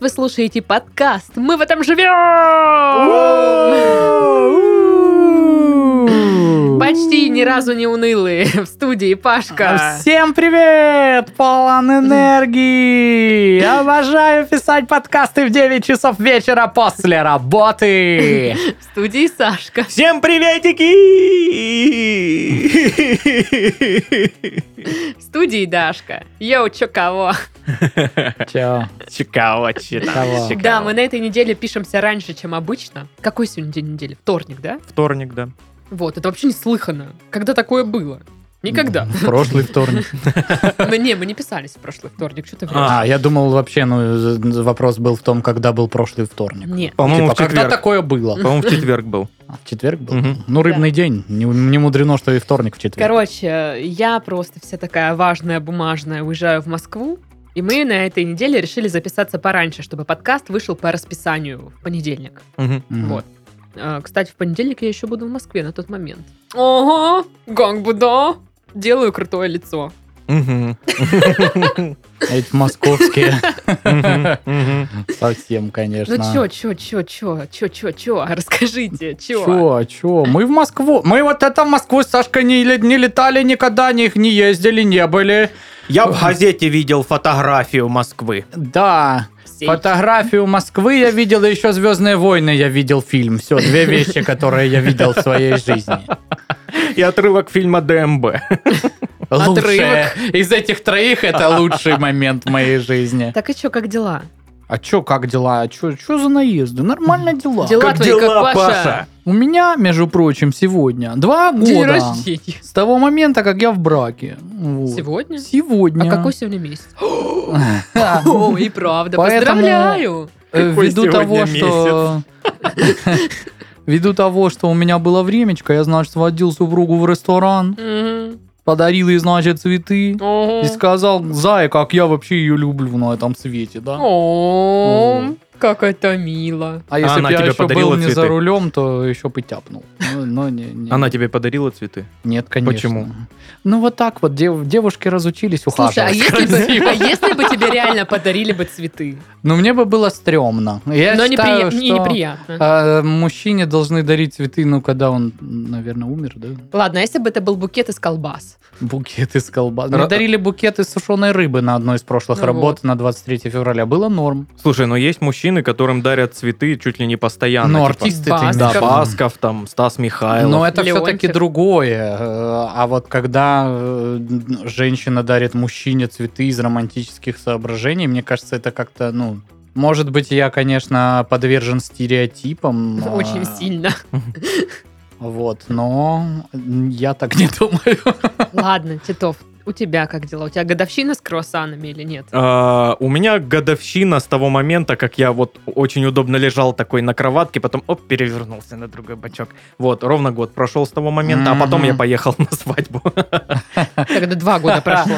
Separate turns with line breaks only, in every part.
вы слушаете подкаст. Мы в этом живем! Почти ни разу не унылые в студии Пашка.
Всем привет! Полон энергии! Обожаю писать подкасты в 9 часов вечера после работы!
В студии Сашка.
Всем приветики!
В студии Дашка. Йоу, чё кого?
Чё?
Чикаго, читал,
Чикаго.
чикаго.
Да, мы на этой неделе пишемся раньше, чем обычно. Какой сегодня день недели? Вторник, да?
Вторник, да.
Вот, это вообще неслыханно. Когда такое было? Никогда.
Прошлый вторник.
Ну, Не, мы не писались в прошлый вторник, что ты врешь?
А, я думал вообще, ну, з- вопрос был в том, когда был прошлый вторник.
Нет.
По-моему,
Типа,
в
когда
четверг.
такое было?
По-моему, в четверг был.
А, В четверг был?
Мгм.
Ну, рыбный день. Не, не мудрено, что и вторник в четверг.
Короче, я просто вся такая важная, бумажная, уезжаю в Москву. И мы на этой неделе решили записаться пораньше, чтобы подкаст вышел по расписанию в понедельник.
Мгм.
Мгм.
Вот. Э, Кстати, в понедельник я еще буду в Москве на тот момент. Ого, ганг будо. Делаю крутое лицо.
Мгм.
Эти московские.
Мгм. Мгм.
Совсем, конечно.
Ну чё, чё, чё, чё, чё, чё, чё, расскажите, чё?
Чё, чё? Мы в Москву. Мы вот это в Москву с Сашкой не, ле- не летали никогда, не, не ездили, не были.
Я в газете видел фотографию Москвы.
Да,
Сеть.
фотографию Москвы я видел, и еще «Звездные войны» я видел фильм. Все, две вещи, которые я видел в своей жизни.
И отрывок фильма ДМБ.
Лучшее.
Отрывок.
Из этих троих это лучший момент в моей жизни.
Так и чё, как дела?
А чё, как дела? А чё, чё за наезды? Нормально дела.
Дела твои, как Паша.
У меня, между прочим, сегодня два
День
года.
рождения.
С того момента, как я в браке. Вот.
Сегодня?
Сегодня.
А какой сегодня месяц?
Да.
О, и правда,
Поэтому-
поздравляю!
Э,
Какой
Ввиду того,
сегодня
что... Ввиду того, что у меня было времечко, я, значит, сводил супругу в ресторан,
Мгм.
подарил ей, значит, цветы
Ого.
и сказал, зая, как я вообще ее люблю на этом свете, да?
О, как это мило.
А если
она
бы я
тебе
еще был
подарила
не за
цветы?
рулем, то еще бы тяпнул. Ну, Но не- не-
Она тебе подарила цветы?
Нет, конечно.
Почему?
Ну, вот так вот дев- девушки разучились ухаживать.
Слушай, а если, бы,
красиво.
а если бы тебе реально подарили бы цветы?
Ну, мне бы было стрёмно. Я
но
считаю,
неприя- не
что,
неприятно.
э, Мужчине должны дарить цветы, ну, когда он, наверное, умер, да?
Ладно, а если бы это был букет из колбас?
Букет из колбас.
Ра-
Мне ну, дарили букет из сушеной рыбы на одной из прошлых
Ну
работ на 23 февраля. Было норм.
Слушай, но есть мужчины, которым дарят цветы чуть ли не постоянно.
Ну,
Но
типа
артисты
Басков.
ты
Да,
имеешь в виду.
Басков, там, Стас Михайлов.
Но это
Леонтьев.
все-таки другое. Э, А вот когда э, женщина дарит мужчине цветы из романтических соображений, мне кажется, это как-то, ну... Может быть, я, конечно, подвержен стереотипам. э,
Очень сильно.
Вот, но я так не думаю.
Ладно, Титов, у тебя как дела? У тебя годовщина с круассанами или нет?
А, у меня годовщина с того момента, как я вот очень удобно лежал такой на кроватке, потом оп, перевернулся на другой бочок. Вот, ровно год прошел с того момента, а потом
Мгм.
я поехал на свадьбу.
Когда два года прошло.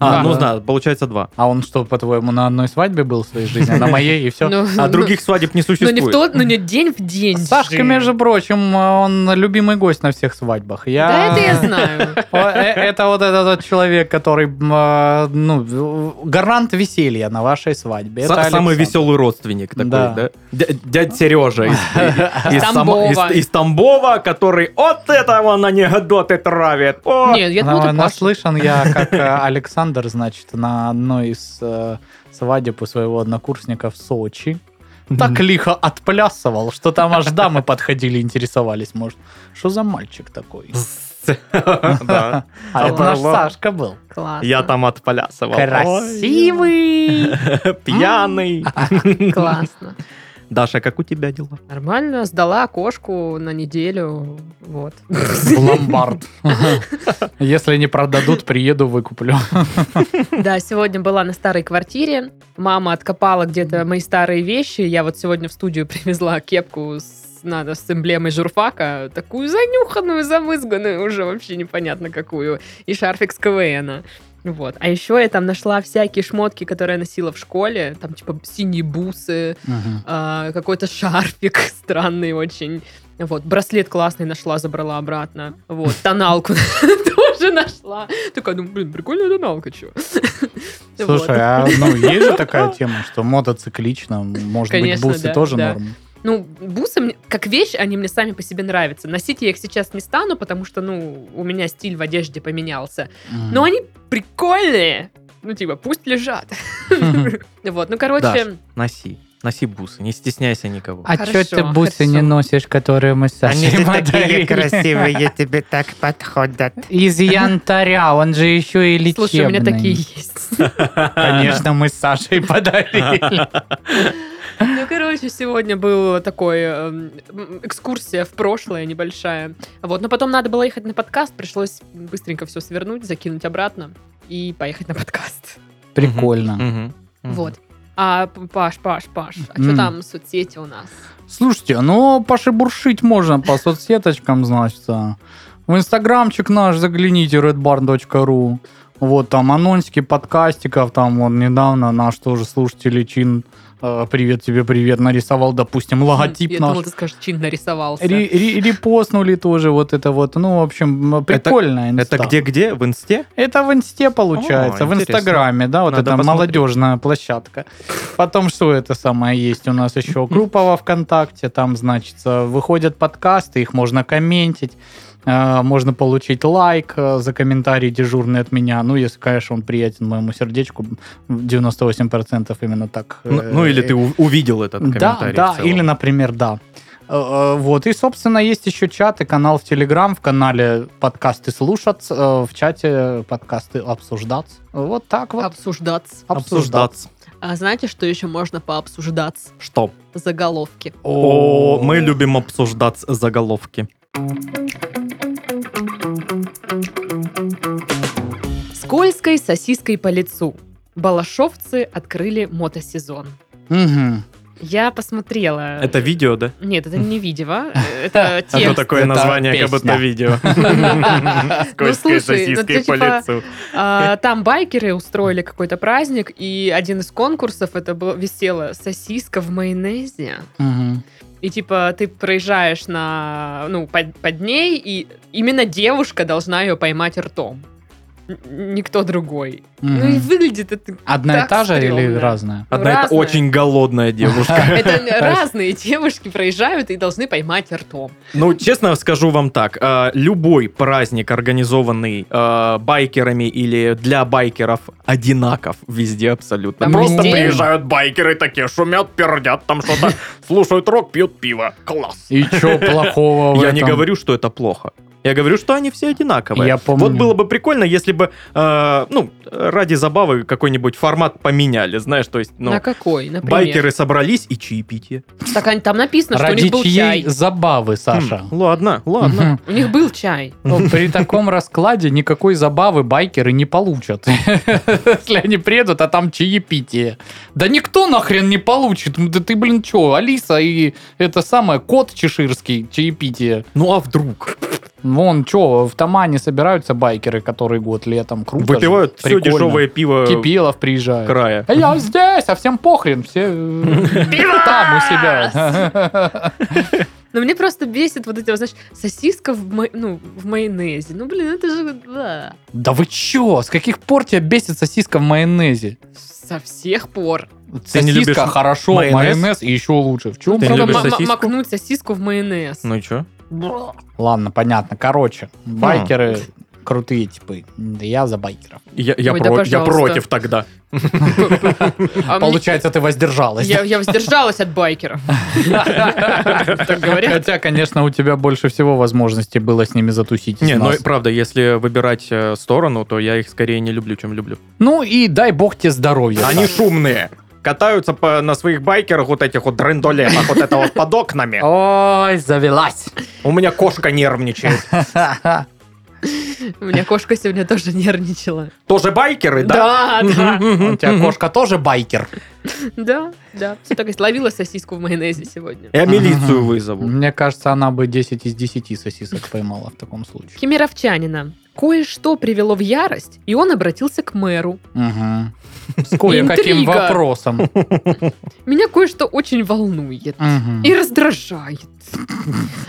А,
Да.
ну знаю, получается два.
А он что, по-твоему, на одной свадьбе был в своей жизни, а на моей и все?
Ну,
А
ну,
других свадеб не
Ну, не в
существует.
тот, ну, не день в день.
Сашка,
же.
между прочим, он любимый гость на всех свадьбах. Я...
Да, это я знаю.
О, э, Это вот этот вот человек, который э, ну, в- гарант веселья на вашей свадьбе.
Са-
Это
Самый
Александр.
веселый родственник такой,
Да.
да? Дя- Дядь Сережа из, из
Тамбова.
Сам- из- из Тамбова, который от этого на негодоты травит. О!
Нет, я думала,
На-
это Паша.
Наслышан я, как э, Александр, значит, на одной из э, свадеб у своего однокурсника в Сочи. Так лихо отплясывал, что там аж дамы подходили, интересовались, может, что за мальчик такой?
Да.
А это наш
Оборвал.
Сашка был.
Классно.
Я там отплясывал.
Красивый!
Ой, Пьяный.
Классно.
Даша, как у тебя дела?
Нормально, сдала кошку на неделю, вот.
В ломбард. Если не продадут, приеду, выкуплю.
Да, сегодня была на старой квартире, мама откопала где-то мои старые вещи, я вот сегодня в студию привезла кепку с, надо, с эмблемой журфака, такую занюханную, замызганную, уже вообще непонятно какую, и шарфик с КВНа. Вот. А еще я там нашла всякие шмотки, которые я носила в школе, там типа синие бусы, а, какой-то шарфик странный очень. Вот, браслет классный нашла, забрала обратно. ну, Вот, тоналку тоже нашла. Такая, думаю, блин, прикольная тоналка, чё?
Слушай,
Вот.
а ну, есть же такая тема, что мода циклична, может
Конечно,
быть, бусы
да,
тоже
да.
норм.
Ну, бусы, мне- как вещь, они мне сами по себе нравятся. Носить я их сейчас не стану, потому что, ну, у меня стиль в одежде поменялся. Но
М.
Ну, они прикольные. Ну, типа, пусть лежат. Вот, ну, короче,
Носи. Носи бусы, не стесняйся никого.
А
Хорошо,
чё ты бусы
хорошо.
не носишь, которые мы с Сашей модели?
красивые, тебе так подходят.
Из янтаря, он же еще и лечебный.
слушай, у меня такие есть.
Конечно, мы с Сашей подарили.
Ну, короче, сегодня был такой эм, м, экскурсия в прошлое небольшая. Вот, но потом надо было ехать на подкаст, пришлось быстренько все свернуть, закинуть обратно и поехать на подкаст.
Прикольно.
Мгм. Мгм.
Вот. А, П- Паш, Паш, Паш, а что
М.
там соцсети у нас?
Слушайте, ну пошебуршить можно по соцсеточкам, значит. а. В инстаграмчик наш загляните, redbarn.ru. Вот там анонсики подкастиков, там вот недавно наш тоже слушатель Личин, э, привет тебе, привет, нарисовал, допустим, логотип
Я
наш.
думал, ты скажешь, чин нарисовался.
Ри- ри- Репостнули тоже вот это вот. Ну, в общем, м,
Это-
прикольная инста.
Это где-где? В инсте?
Это в инсте получается,
О,
в
интересно.
инстаграме, да, вот
Надо
это
посмотреть.
молодежная площадка. Потом что это самое есть у нас еще? Группа во ВКонтакте, там, значит, выходят подкасты, их можно комментить, э, можно получить лайк э, за комментарий дежурный от меня, ну, если, конечно, он приятен моему сердечку, 98% именно так.
Ну,
э,
ну или ты у- увидел этот
да,
комментарий.
да,
в целом.
или, например, да. Э, э, Вот, и, собственно, есть еще чаты, канал в Телеграм, в канале подкасты слушаться, э, в чате подкасты обсуждаться. Вот так вот.
Обсуждаться.
Обсуждаться.
обсуждаться.
А знаете, что еще можно пообсуждаться?
Что?
Заголовки.
О, мы любим обсуждать заголовки.
Скользкой сосиской по лицу. Балашовцы открыли мотосезон.
Мгм.
Я посмотрела.
Это видео, да?
Нет, это не видево. Это
А то
текст.
такое
это
название, как
песня.
будто видео.
Ну,
Скользкой
слушай, ну,
сосиской
ты
по
типа-
лицу.
А, Там байкеры устроили какой-то праздник, и один из конкурсов это было висела сосиска в майонезе.
Мгм.
И типа ты проезжаешь на, ну, под, под ней, и именно девушка должна ее поймать ртом. Н- Никто другой. Ну и
Мгм.
выглядит это...
Одна и
так
та же или
стрёмно.
разная?
Одна это
Разное.
очень голодная девушка.
Это разные девушки проезжают и должны поймать ртом.
Ну, честно скажу вам так, э, любой праздник, организованный э, байкерами или для байкеров, одинаков везде абсолютно.
Там
Просто
везде-
приезжают байкеры такие, шумят, пердят, там что-то, слушают рок, пьют пиво. Класс.
И чё плохого в
Я не
этом?
говорю, что это плохо. Я говорю, что они все одинаковые.
Я помню.
Вот было бы прикольно, если бы, э, ну, ради забавы какой-нибудь формат поменяли, знаешь, то есть, ну,
На какой, например?
байкеры собрались и чаепитие.
Так они- там написано, что у
Ради
них был чай.
чьей забавы, Саша?
Хм, ладно, ладно.
Мгм.
У них был чай.
Ну, при таком раскладе никакой забавы байкеры не получат. Если они приедут, а там чаепитие. Да никто нахрен не получит. Да ты, блин, чё, Алиса и это самое, кот чеширский, чаепитие.
Ну а вдруг?
Вон, чё, в Тамане собираются байкеры, который год летом. Круто же,
Выпивают э, все
прикольно.
дешевое пиво
Кипелов приезжает.
края.
«А Я здесь, а всем похрен, все э, там у себя.
Но мне просто бесит вот эти, вот, знаешь, сосиска в, май- ну, в майонезе. Ну, блин, это же... да.
Да вы чё, с каких пор тебя бесит сосиска в майонезе?
Со всех пор.
Ты не
Сосиска
любишь хорошо,
майонез?
майонез? и еще лучше. В чем
Ты не
проблема?
любишь
м-
сосиску?
макнуть сосиску в майонез.
Ну и что?
Бра.
Ладно, понятно. Короче, байкеры крутые типы. Да Я за байкеров.
Я, я
Ой, да
про- я
пожалуйста.
против тогда.
А мне-
Получается, ты воздержалась.
Я, я воздержалась от байкеров. Так говорят.
Хотя, конечно, у тебя больше всего возможностей было с ними затусить. из
Не, ну
нас.
и правда, если выбирать э, сторону, то я их скорее не люблю, чем люблю.
Ну и дай бог тебе здоровья.
Они шумные. Катаются по- на своих байкерах вот этих вот дрендолетах, вот это вот под окнами.
Ой, завелась.
У меня кошка нервничает.
У меня кошка сегодня тоже нервничала.
Тоже байкеры, да?
Да, да,
У тебя кошка тоже байкер.
да, да. Всё так и словила сосиску в майонезе сегодня.
Я милицию
Ага.
вызову.
Мне кажется, она бы 10 из 10 сосисок поймала в таком случае.
Химеровчанина. Кое-что привело в ярость, и он обратился к мэру.
Мгм. С кое-каким
Интрига.
вопросом.
Меня кое-что очень волнует
Мгм.
и раздражает.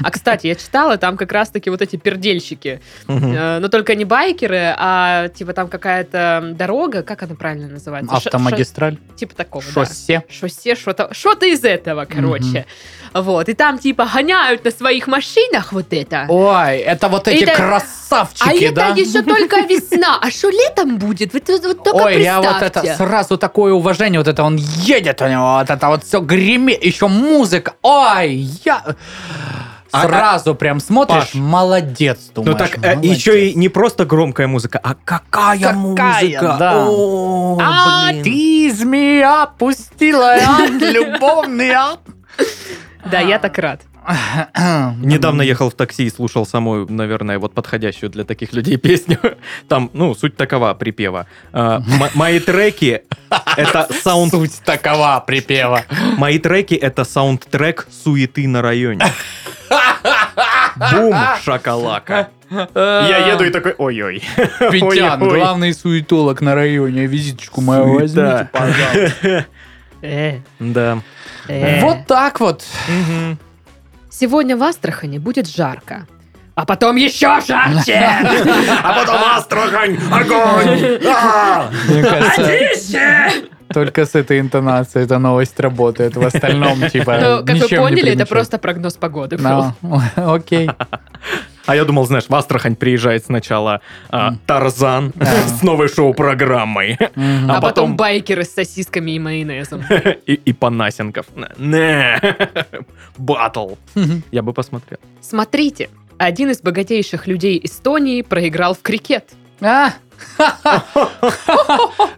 А, кстати, я читала, там как раз-таки вот эти пердельщики. Э, Но только не байкеры, а типа там какая-то дорога, как она правильно называется? Ш-
Автомагистраль,
шо- Типа такого, да.
шоссе.
шоссе, что-то, что-то из этого, короче. Вот, и там типа гоняют на своих машинах вот это.
Ой, это вот эти
Это- а
красавчики,
это
да?
еще только весна. А что летом будет? Вы тут- вот только
Ой, я вот
представьте.
это сразу такое уважение, вот это он едет у него, вот это вот все гремит, еще музыка. Ой, я
А-
сразу прям смотришь,
Паш.
молодец,
Ну
думаешь.
так, э, еще и не просто громкая музыка, а какая,
Какая,
музыка!
да.
О,
А
блин.
ты змея пустила, ад, любовный ад.
Да, я так рад.
Недавно ехал в такси и слушал самую, наверное, вот подходящую для таких людей песню. Там, ну, суть такова припева. Э, м- Мои треки — это саунд...
Суть такова припева.
Мои треки — это саундтрек суеты на районе. Бум, шакалака. Я еду и такой, ой-ой.
Петян,
Ой-ой.
главный суетолог на районе, визиточку мою
Суета.
возьмите, пожалуйста.
Э,
Да.
э.
Вот так вот.
Мгм.
Сегодня в Астрахане будет жарко. А потом еще жарче!
А потом Астрахань, огонь! А!
Мне кажется, только с этой интонацией эта новость работает. В остальном, типа,
Ну, как вы
ничем не Ну, а
поняли, это
примечать.
просто прогноз погоды был.
Да, окей.
А я думал, знаешь, в Астрахань приезжает сначала а, Тарзан с новой шоу-программой.
Мгм.
А
А
потом
потом-
байкеры с сосисками и майонезом.
И, и Панасенков. Не. Батл. Я бы посмотрел.
Смотрите, один из богатейших людей Эстонии проиграл в крикет.
А,
Вот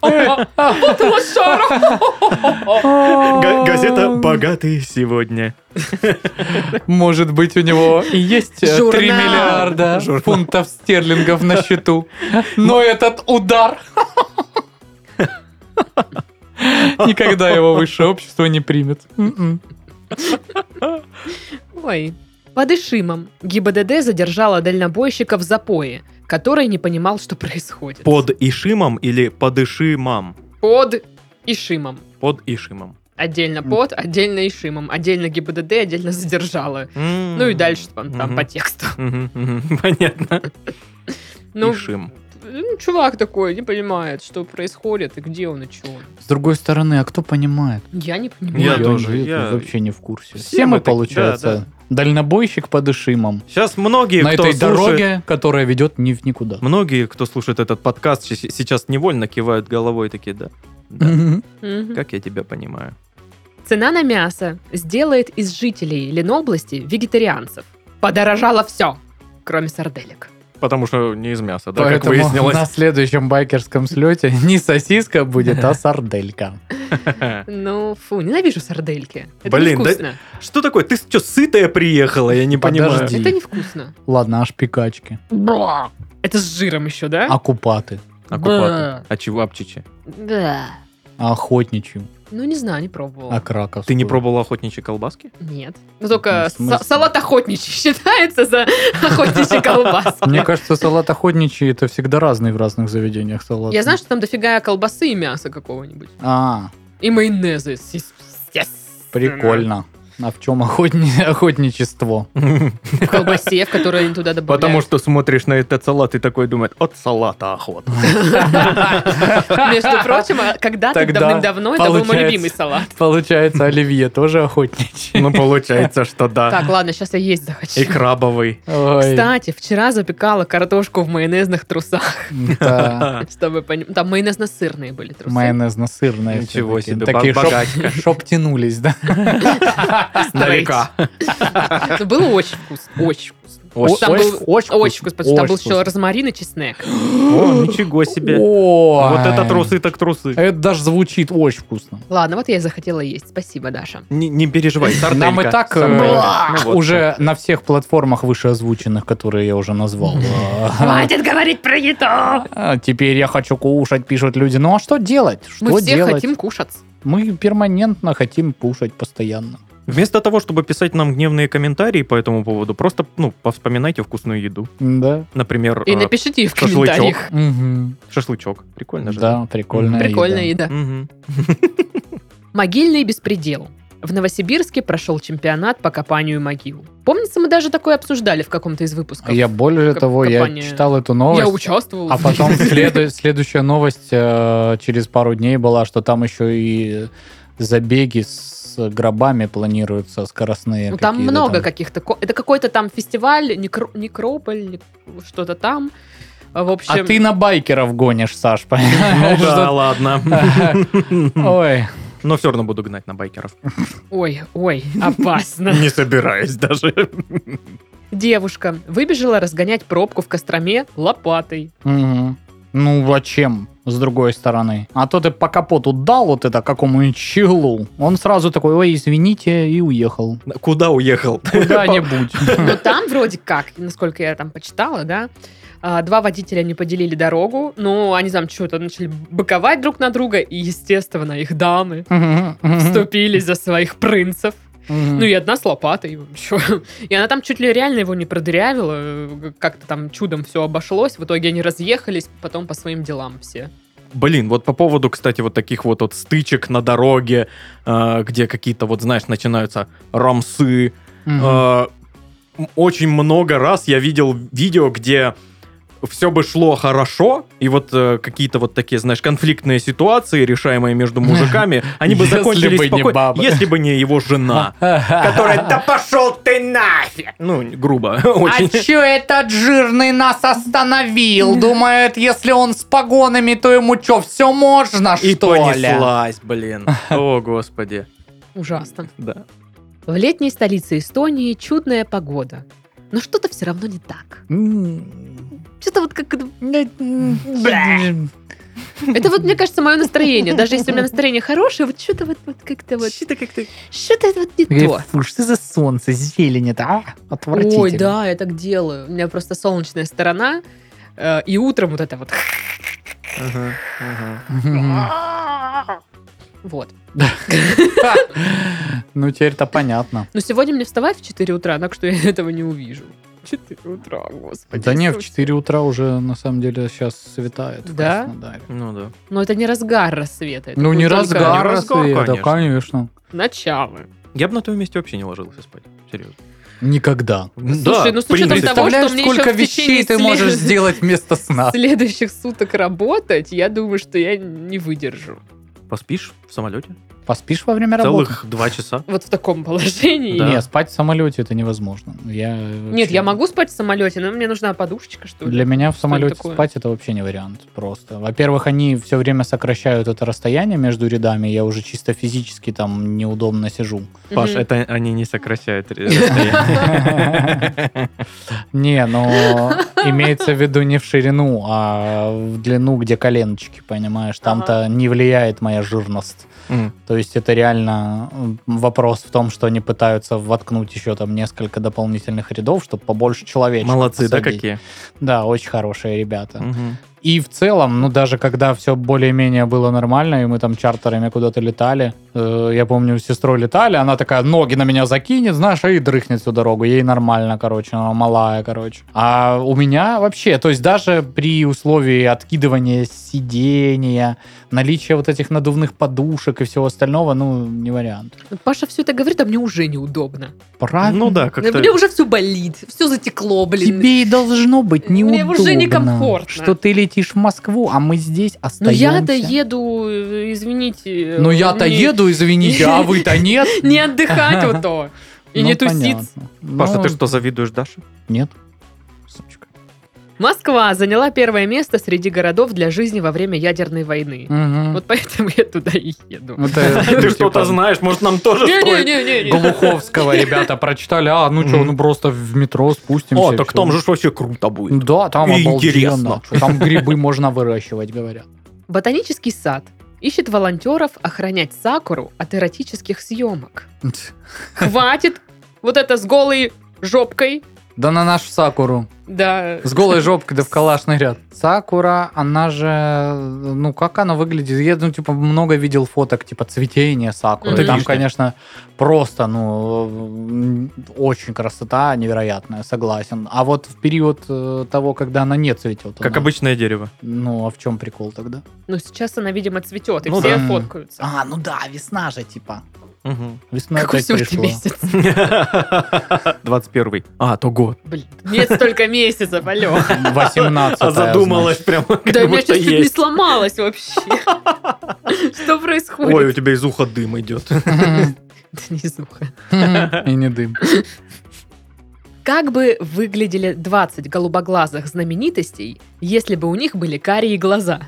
его шару!
газета «Богатые сегодня».
Может быть, у него и есть э, 3
Журнал.
миллиарда фунтов стерлингов на счету. Но этот удар... Никогда его высшее общество не примет. М-м.
Ой. Под Ишимом ГИБДД задержала дальнобойщика в запое, который не понимал, что происходит.
Под Ишимом или под Ишимам?
Под Ишимом.
Под Ишимом.
Отдельно под, отдельно Ишимом. Отдельно ГИБДД, отдельно задержала. Ну и дальше там, там
Мгм.
по тексту.
Мгм, мгм, Понятно.
Ну,
Ишим.
ну, чувак такой не понимает, что происходит и где он и чего. он.
С другой стороны, а кто понимает?
Я не понимаю.
Я
Ну,
тоже,
не-
я-
вообще не в курсе.
Все
Все, мы,
мы так- да,
получается, дальнобойщик под Ишимом.
Сейчас многие,
на
кто
этой
слушает- Ну,
дороге, которая ведет ни в никуда.
Многие, кто слушает этот подкаст, щ- сейчас невольно кивают головой такие, да, да,
Мгм.
Мгм.
как я тебя понимаю.
Цена на мясо сделает из жителей Ленобласти вегетарианцев. Подорожало все, кроме сарделек.
Потому что не из мяса, да, как
Поэтому
выяснилось.
на следующем байкерском слете не сосиска будет, а сарделька.
Ну, фу, ненавижу сардельки. Это
Блин, да-
невкусно.
Что такое? Ты что, сытая приехала? Я не понимаю.
Подожди.
Это невкусно.
Ладно, аж пикачки. А
Бра. Это с жиром еще, да?
Окупаты.
Да.
Акупаты. А чего апчичи?
Да.
Охотничью.
Ну, не знаю, не пробовала.
А краковскую.
Ты не пробовал охотничьи колбаски?
Нет. Ну, только
В смысле?
са- салат охотничий считается за охотничий колбас.
Мне кажется, салат охотничий это всегда разный в разных заведениях салат.
Я знаю, что там дофига колбасы и мяса какого-нибудь.
А,
И майонеза, естественно.
прикольно. А в чем охотни- охотничество?
В колбасе, в которую они туда добавляют.
Потому что смотришь на этот салат и такой думаешь, от салата охота.
Между прочим, а когда-то
Тогда
давным-давно это был мой
получается.
любимый салат.
Получается, оливье тоже охотничий.
Ну, получается, что да.
Так, ладно, сейчас я есть захочу.
И крабовый.
Ой,
Кстати, вчера запекала картошку в майонезных трусах,
да.
чтобы поним- Там майонезно-сырные были трусы.
Майонезно-сырное.
Ничего
всё-таки.
себе,
Такие
ба-
шоп-
богачка.
шоп тянулись, да?
На века. Это было очень вкусно, очень вкусно.
Очень-
Там был-
очень
Очень вкусно, потому что там был
очень
еще розмарин и чеснок.
О, ничего себе.
Ой.
Вот это трусы так трусы.
Это даже звучит очень вкусно.
Ладно, вот я и захотела есть. Спасибо, Даша.
Не, не переживай, сарделька.
Нам и так э,
Сарделька. Ну вот.
уже на всех платформах вышеозвученных, которые я уже назвал. э,
Хватит говорить про еду!
а, Теперь я хочу кушать, пишут люди. Ну а что делать?
Мы
Что
все
делать?
хотим кушать.
Мы перманентно хотим кушать постоянно.
Вместо того, чтобы писать нам гневные комментарии по этому поводу, просто, ну, повспоминайте вкусную еду.
Да.
Например,
И
А,
э,
напишите в
шашлычок.
комментариях.
шашлычок. Прикольно же.
Да, прикольная
Прикольная
еда.
еда.
Мгм.
Могильный беспредел. В Новосибирске прошел чемпионат по копанию могил. Помнится, мы даже такое обсуждали в каком-то из выпусков.
Я более
Коп-
того, я
копание.
читал эту
Я
новость.
участвовала. Ну,
А потом следу- следующая новость э, через пару дней была, что там еще и забеги с гробами планируются скоростные.
Ну, там
какие-то
много
там.
каких-то... ко- Это какой-то там фестиваль, некро- некрополь, нек- что-то там. А, В общем...
А ты на байкеров гонишь, Саш, понимаешь?
Ну да, ладно.
Что- Ой,
Но все равно буду гнать на байкеров.
Ой, ой, опасно.
Не собираюсь даже.
Девушка выбежала разгонять пробку в Костроме лопатой.
Мгм. Ну, зачем? С другой стороны. А то ты по капоту дал вот это какому-нибудь щеглу. Он сразу такой, ой, извините, и уехал.
Куда уехал?
Куда-нибудь.
Но Ну, там вроде как, насколько я там почитала, да, а, два водителя не поделили дорогу, но они там что-то начали быковать друг на друга, и, естественно, их дамы
Мгм, мгм,
вступились за своих принцев.
мгм.
Ну и одна с лопатой. чё. И она там чуть ли реально его не продырявила. э, Как-то там чудом все обошлось. В итоге они разъехались, потом по своим делам все.
Блин, вот по поводу, кстати, вот таких вот, вот стычек на дороге, э, где какие-то, вот знаешь, начинаются рамсы.
А,
Мгм.
Э, м- Очень много раз я видел видео, где все бы шло хорошо, и вот э, какие-то вот такие, знаешь, конфликтные ситуации, решаемые между мужиками, они бы
Если бы
закончились
не
споко-
баба.
если бы не его жена,
А.
которая, да пошел ты нафиг! Ну, грубо,
А
очень.
чё этот жирный нас остановил? Думает, если он с погонами, то ему чё, все можно,
И
что ли?
понеслась, блин. О, господи.
Ужасно.
Да.
В летней столице Эстонии чудная погода. Но что-то все равно не так.
М.
Что-то вот как... это-
Бля.
Это вот, мне кажется, мое настроение. Даже если у меня настроение хорошее, вот что-то вот, вот как-то вот... Что-то как-то... Что-то вот не то.
Фу, что за солнце, зелень это, а? Отвратительно.
Ой, да, я так делаю. У меня просто солнечная сторона. э, И утром вот это вот...
Ага, ага.
Мгм.
Вот.
Ну, теперь-то понятно.
Но сегодня мне вставать в 4 утра, так что я этого не увижу. 4 утра, господи.
Да не, в
Иисусе.
4 утра уже, на самом деле, сейчас светает в
Да?
Краснодаре.
Ну да.
Но это не разгар рассвета. это
Ну, не
только
разгар,
Не разгар,
рассвета,
конечно.
конечно.
Начало.
Я бы на твоем месте вообще не ложился спать. Серьезно.
Никогда.
Слушай, ну с учетом
принципе.
того,
Представляешь,
что мне
сколько
еще в течение
вещей ты
след-
можешь сделать вместо сна?
Следующих суток работать, я думаю, что я не выдержу.
Поспишь в самолете?
Поспишь во время работы?
Целых два часа.
Вот в таком положении.
Да.
Не, спать в самолете это невозможно. Я
Нет,
вообще-
я могу спать в самолете, но мне нужна подушечка, что ли.
Для меня в самолете
такое?
спать это вообще не вариант просто. Во-первых, они все время сокращают это расстояние между рядами, я уже чисто физически там неудобно сижу.
Мгм.
Паш, это они не сокращают расстояние.
Не, но имеется в виду не в ширину, а в длину, где коленочки, понимаешь? Там-то не влияет моя жирность.
М.
То есть это реально м, вопрос в том, что они пытаются воткнуть еще там несколько дополнительных рядов, чтобы побольше человечек
Молодцы, да,
посадить.
какие?
Да, очень хорошие ребята.
Мгм.
И в целом, ну даже когда все более-менее было нормально, и мы там чартерами куда-то летали, э, я помню, с сестрой летали, она такая ноги на меня закинет, знаешь, и дрыхнет всю дорогу, ей нормально, короче, она малая, короче. А у меня вообще, то есть даже при условии откидывания сидения, наличия вот этих надувных подушек и всего остального, ну, не вариант.
Ну, Паша все это говорит, а мне уже неудобно.
Правильно?
Ну да, как-то...
Мне уже все болит, все затекло, блин.
Тебе и должно быть
Мне
неудобно,
уже некомфортно.
что ты летишь в Москву, а мы здесь
Ну
остаемся.
я-то еду, э, извините.
Ну
э,
я-то
не-
еду, извините, а вы-то нет.
Не отдыхать вот то. И
Ну,
не тусить.
понятно.
Паша,
Ну,
ты что, завидуешь Даше?
Нет. Сучка.
Москва заняла первое место среди городов для жизни во время ядерной войны.
Мгм.
Вот поэтому я туда и еду.
Вот это,
Ты
типа,
что-то знаешь, может, нам тоже стоит?
Не-не-не-не.
Глуховского ребята прочитали, а, ну что,
Мгм.
ну просто в метро спустимся.
О,
и
так
всё. Ну
там же ж вообще круто будет.
Да, там
И
обалденно.
интересно.
Чё, Там грибы можно выращивать, говорят.
Ботанический сад ищет волонтеров охранять сакуру от эротических съемок. Хватит вот это с голой жопкой.
Да на нашу Сакуру.
Да.
С голой жопкой, да в калашный ряд. Сакура, она же, ну как она выглядит? Я, ну, типа, много видел фоток, типа, цветения сакуры.
Это
Там,
вишня.
конечно, просто, ну, м, очень красота невероятная, согласен. А вот в период э, того, когда она не цветет.
Как
она-
обычное дерево.
Ну, а в чем прикол тогда?
Ну, сейчас она, видимо, цветет, и
Ну
все
да.
фоткаются.
А, ну да, весна же, типа.
Мгм.
Весной
Какой
опять
сегодня
пришло.
месяц?
21 А, то год.
Блин, нет столько месяцев, алло.
18
А задумалась прям, как
Да у меня
будто
сейчас чуть не
есть.
сломалось вообще. Что
Ой, у
происходит?
тебя из уха дым идет.
Да не слуха.
И не дым.
Как бы выглядели 20 голубоглазых знаменитостей, если бы у них были карие глаза?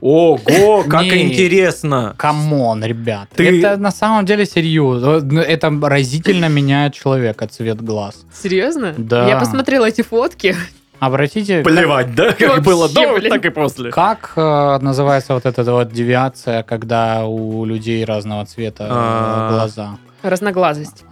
Ого, как
Не.
интересно.
Камон, ребят.
Ты-
Это на самом деле серьезно. Это разительно меняет человека цвет глаз.
Серьезно?
Да.
Я посмотрела эти фотки.
Обратите,
Плевать, да? Как
Вообще,
было до,
блин.
так и после.
как э, называется вот эта вот девиация, когда у людей разного цвета
А.
э, глаза?
Разноглазость.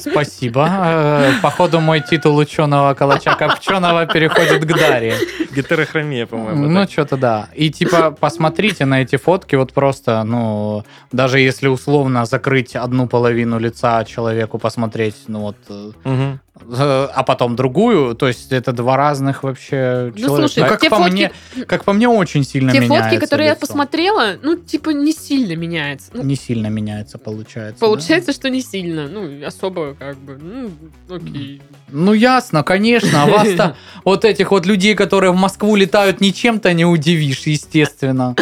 Спасибо. Э, Походу, мой титул ученого калача Копченого переходит к Даре.
Гетерохромия, по-моему.
Ну,
так.
что-то да. И типа, посмотрите на эти фотки, вот просто, ну, даже если условно закрыть одну половину лица а человеку, посмотреть, ну вот, э,
Мгм.
э, а потом другую, то есть это два разных вообще
Ну,
человека.
слушай,
как,
те
по
фотки,
мне, как по мне, очень сильно
те
меняется
фотки, которые я
лицо.
посмотрела, ну, типа, не сильно меняется. Ну,
Не сильно меняется, получается. да?
Получается, что не сильно. Ну, особо как бы. Ну, окей.
Ну, ясно, конечно. А вас-то вот этих вот людей, которые в Москву летают, ничем-то не удивишь, естественно.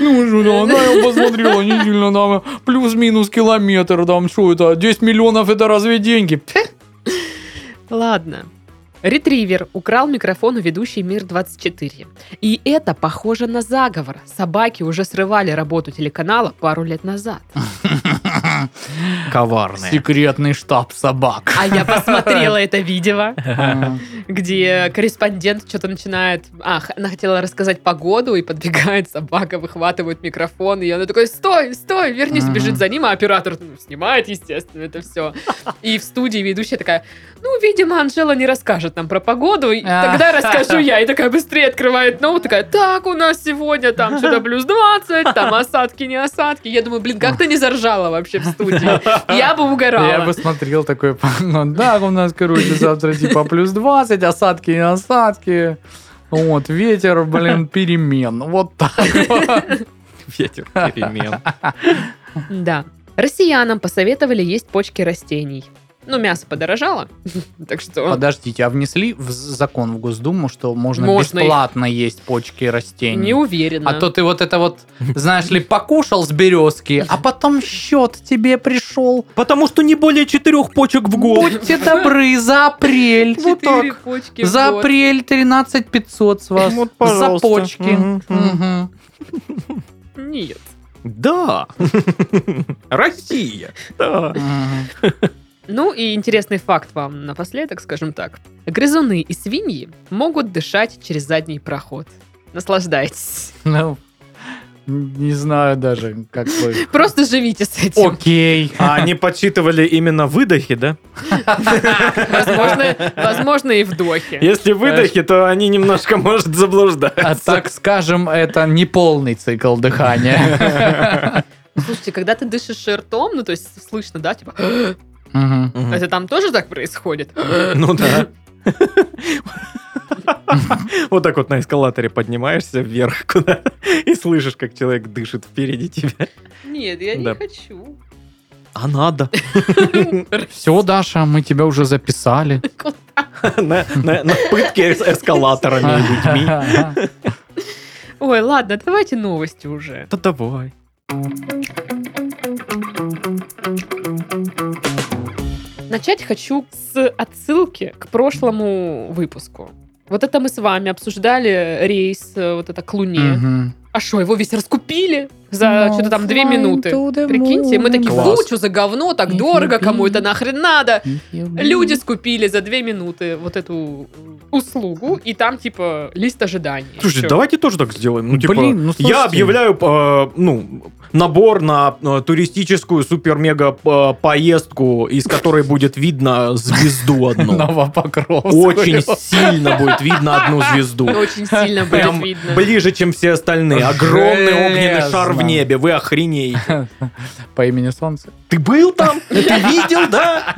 Ну, что, да, она его посмотрела, не сильно там, плюс-минус километр, там, что это, 10 миллионов, это разве деньги? Пф.
Ладно. Ретривер украл микрофон у ведущей «Мир-24». И это похоже на заговор. Собаки уже срывали работу телеканала пару лет назад.
Коварные.
Секретный штаб собак.
А я посмотрела это видео,
А,
где корреспондент что-то начинает... А, х- она хотела рассказать погоду, и подбегает собака, выхватывает микрофон, и она такой, стой, стой, вернись,
Мгм.
бежит за ним, а оператор ну, снимает, естественно, это все. И в студии ведущая такая, ну, видимо, Анжела не расскажет нам про погоду, и
А.
тогда расскажу я. И такая быстрее открывает ноут, такая, так, у нас сегодня там что-то плюс 20, там осадки, не осадки. Я думаю, блин, как ты не заржала вообще в студии? Я бы угорала.
Я бы смотрел такой, ну, да, у нас, короче, завтра типа плюс 20, осадки и осадки. Вот, ветер, блин, перемен. Вот так вот.
Ветер перемен.
Да. Россиянам посоветовали есть почки растений. Ну, мясо подорожало, так что...
Подождите, а внесли в закон в Госдуму, что можно,
Можно
бесплатно есть почки растений?
Не уверена.
а то ты вот это вот, знаешь ли, покушал с березки, а потом счет тебе пришел.
Потому что не более четырех почек в год.
Будьте добры, за апрель. Вот
Четыре
так.
почки в
За
год.
апрель 13 500 с вас.
Вот,
за
пожалуйста.
почки.
Мгм, мгм.
Мгм.
Нет.
Да. Россия. Да.
Мгм.
Ну и интересный факт вам напоследок, скажем так. Грызуны и свиньи могут дышать через задний проход. Наслаждайтесь.
Ну, не знаю даже, как бы.
Просто живите с этим.
Окей.
А они подсчитывали именно выдохи, да?
Возможно, возможно и вдохе.
Если выдохи, то они немножко, может,
А
заблуждаются.
так скажем, это не полный цикл дыхания.
Слушайте, когда ты дышишь ртом, ну то есть слышно, да, типа, «А,
Мгм.
Мгм.
это там тоже так происходит?
Ну да. Вот так вот на эскалаторе поднимаешься вверх куда и слышишь, как человек дышит впереди тебя.
Нет, я не
Да.
хочу.
А надо.
Все, Даша, мы тебя уже записали.
На на- на пытке с эскалаторами и людьми.
Ой, ладно, давайте новости уже.
Да давай.
Начать хочу с отсылки к прошлому выпуску. Вот это мы с вами обсуждали рейс, э, вот это к Луне.
Мгм. Ну,
А что, его весь раскупили за что-то там две минуты? Прикиньте, мы такие,
Класс.
«Фу, чё за говно, так
Их
дорого, кому
любили.
это нахрен надо? Люди
Люди.
скупили за две минуты вот эту услугу, и там типа лист ожиданий.
Слушай,
Всё.
давайте тоже так сделаем. Ну, типа,
Блин, ну, слушайте.
я объявляю, э, ну, набор на э, туристическую супер-мега э, поездку, из которой будет видно звезду одну.
Новопокровскую.
Ну. Очень сильно будет видно одну звезду.
Очень сильно будет
Прям
видно.
ближе, чем все остальные. Огромный огненный
Железно.
шар в небе. Вы охренеете.
По имени Солнце.
Ты был там? Ты видел, да?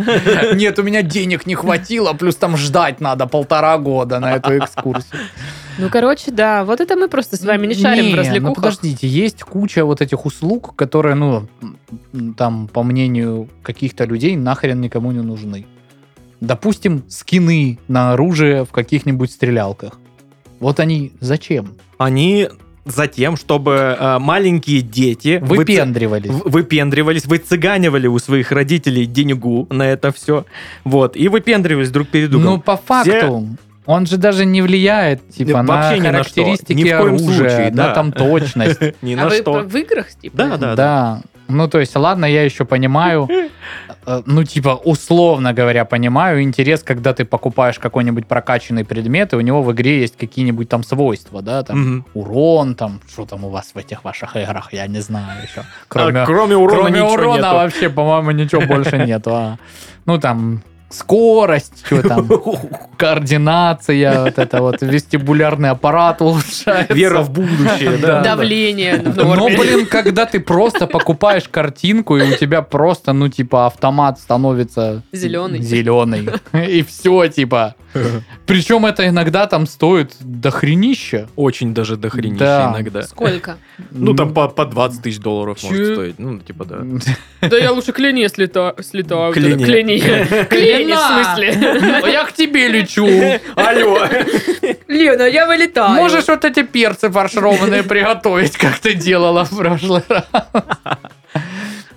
Нет, у меня денег не хватило, плюс там ждать надо полтора года на эту экскурсию.
Ну, короче, да, вот это мы просто с вами не шарим
Не,
в
ну
развлекухах.
подождите, есть куча вот этих услуг, которые, ну, м, там, по мнению каких-то людей, нахрен никому не нужны. Допустим, скины на оружие в каких-нибудь стрелялках. Вот они зачем?
Они за тем, чтобы э, маленькие дети выце-
Выпендривались.
в- выпендривались, выцыганивали у своих родителей деньгу на это все. Вот. И выпендривались друг перед другом.
Ну, по факту, он же даже не влияет, типа,
Да,
на
вообще ни на что.
характеристики
Ни в коем
оружия,
случае,
на
да.
там точность.
Ни
а
на
вы
что.
в играх, типа?
Да, да,
Да. Ну, то есть, ладно, я еще понимаю, э, ну, типа, условно говоря, понимаю интерес, когда ты покупаешь какой-нибудь прокачанный предмет, и у него в игре есть какие-нибудь там свойства, да, там,
Мгм.
урон, там, что там у вас в этих ваших играх, я не знаю еще. Кроме,
А кроме урона
кроме
ничего
урона
нету.
вообще, по-моему, ничего больше нету. а. Ну, там, скорость, что там, координация, вот это вот, вестибулярный аппарат улучшается.
Вера в будущее, да.
Да.
Давление в
Но,
норме.
блин, когда ты просто покупаешь картинку, и у тебя просто, ну, типа, автомат становится...
Зелёный.
Зеленый. И все, типа. Причем это иногда там стоит дохренища.
Очень даже дохренища
Да.
иногда.
Сколько?
Ну, там по, по 20 тысяч долларов
Чё?
может стоить. Ну, типа, да.
Да я лучше к Лене слета- слетаю.
Клене.
К Лене. К Лене, в
Лена!
смысле.
Я к тебе лечу.
Алло!
Лена, я вылетаю.
Можешь вот эти перцы фаршированные приготовить, как ты делала в прошлый раз.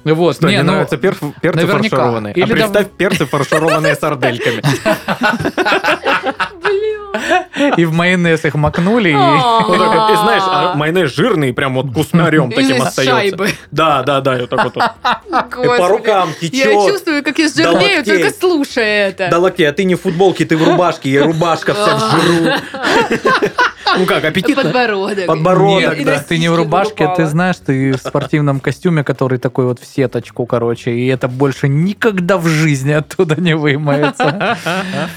Вот,
Что,
не,
не
ну,
нравятся перф- перцы
наверняка.
фаршированные?
Или
А представь, перцы фаршированные сардельками.
и в майонез их макнули, и
Вот так вот, и знаешь, а майонез жирный, прям вот куснарем таким
Из
остается.
шайбы.
Да, да, да, и вот так вот. вот. И
Господи.
Э, по рукам
Я
течет.
чувствую, как я
локтей.
жирнею, только слушая это.
Да лаки, а ты не в футболке, ты в рубашке, и рубашка вся в жиру. Ну как, аппетитно?
Подбородок.
Подбородок,
Нет,
да.
ты не в рубашке,
Попала.
ты знаешь, ты в спортивном костюме, который такой вот в сеточку, короче, и это больше никогда в жизни оттуда не вымоется.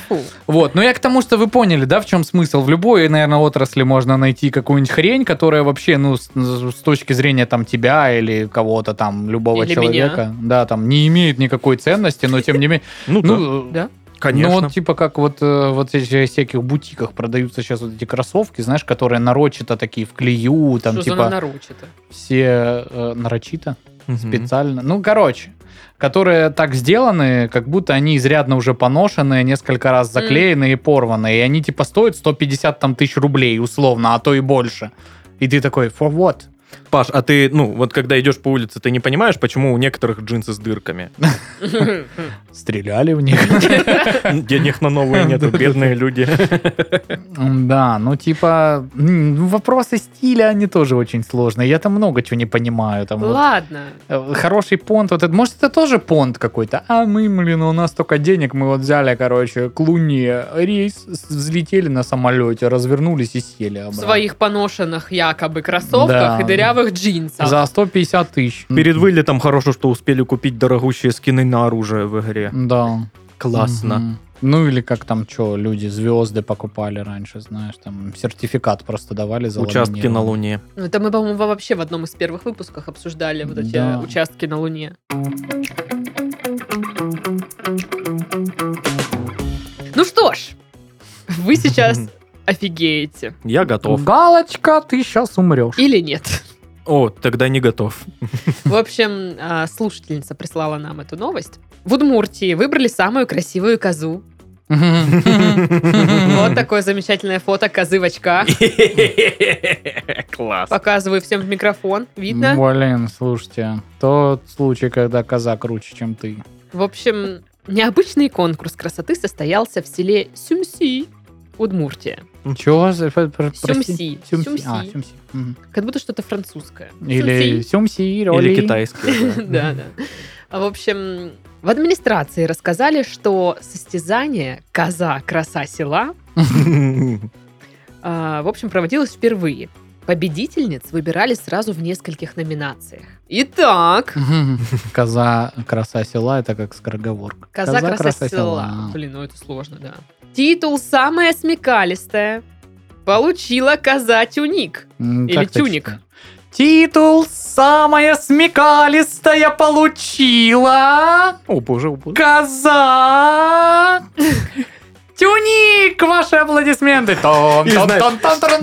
Фу.
Вот, ну я к тому, что вы поняли, да, в чем смысл. В любой, наверное, отрасли можно найти какую-нибудь хрень, которая вообще, ну, с, с точки зрения там тебя или кого-то там, любого
Или
человека, да, там, не имеет никакой ценности, но тем не менее,
Ну, да,
ну,
Да.
ну,
конечно.
вот типа как вот, э, вот эти всяких бутиках продаются сейчас вот эти кроссовки, знаешь, которые нарочито такие в клею, там
Что за
типа
наручи-то?
все э, нарочито,
Мгм.
специально. Ну, короче, которые так сделаны, как будто они изрядно уже поношенные, несколько раз заклеены и порваны. И они типа стоят 150 там тысяч рублей условно, а то и больше. И ты такой, for what?
Паш, а ты, ну, вот когда идешь по улице, ты не понимаешь, почему у некоторых джинсы с дырками?
Стреляли в них.
Денег на новые нету, бедные люди.
Да, ну типа м, вопросы стиля, они тоже очень сложные. Я там много чего не понимаю. Там вот
Ладно.
Э, хороший понт, вот это, может, это тоже понт какой-то, а мы, блин, у нас только денег, мы вот взяли, короче, к Луне рейс, с- взлетели на самолете, развернулись и сели
В
обратно.
своих поношенных якобы кроссовках
Да.
и дырявых джинсах.
За 150 тысяч.
Перед вылетом хорошо, что успели купить дорогущие скины на оружие в игре.
Да.
Классно.
Мгм. Ну или как там, что, люди звезды покупали раньше, знаешь, там сертификат просто давали за
Участки на Луне.
Ну, Это мы, по-моему, во- вообще в одном из первых выпусках обсуждали вот эти
Да.
участки на Луне. Ну что ж, вы сейчас офигеете.
Я готов.
Галочка, ты сейчас умрешь.
Или нет?
О, тогда не готов.
В общем, а, слушательница прислала нам эту новость. В Удмуртии выбрали самую красивую козу. Вот такое замечательное фото козы в очках.
Класс.
Показываю всем в микрофон. Видно?
Блин, слушайте, тот случай, когда коза круче, чем ты.
В общем, необычный конкурс красоты состоялся в селе Сюмси, Удмуртия.
Чего за... пр- пр-
Сюмси.
прости? Сюмси.
Сюмси.
А, Сюмси. Мгм.
Как будто что-то французское.
Или
Сюмси.
Сюмси,
Или
роли.
китайский.
Да, да. А, В общем, в администрации рассказали, что состязание «Коза, краса села» а, в общем, проводилось впервые. Победительниц выбирали сразу в нескольких номинациях. Итак,
Мгм. Коза краса села, это как скороговорка.
коза, краса, села. Блин, ну это сложно, да. Титул «Самая смекалистая» получила коза Тюник.
М,
Или
так точно.
тюник.
Титул «Самая смекалистая» получила
О, боже, о, боже.
коза Тюник! Мужик, ваши аплодисменты. Том,
И,
том,
знаешь,
том, том, том, том,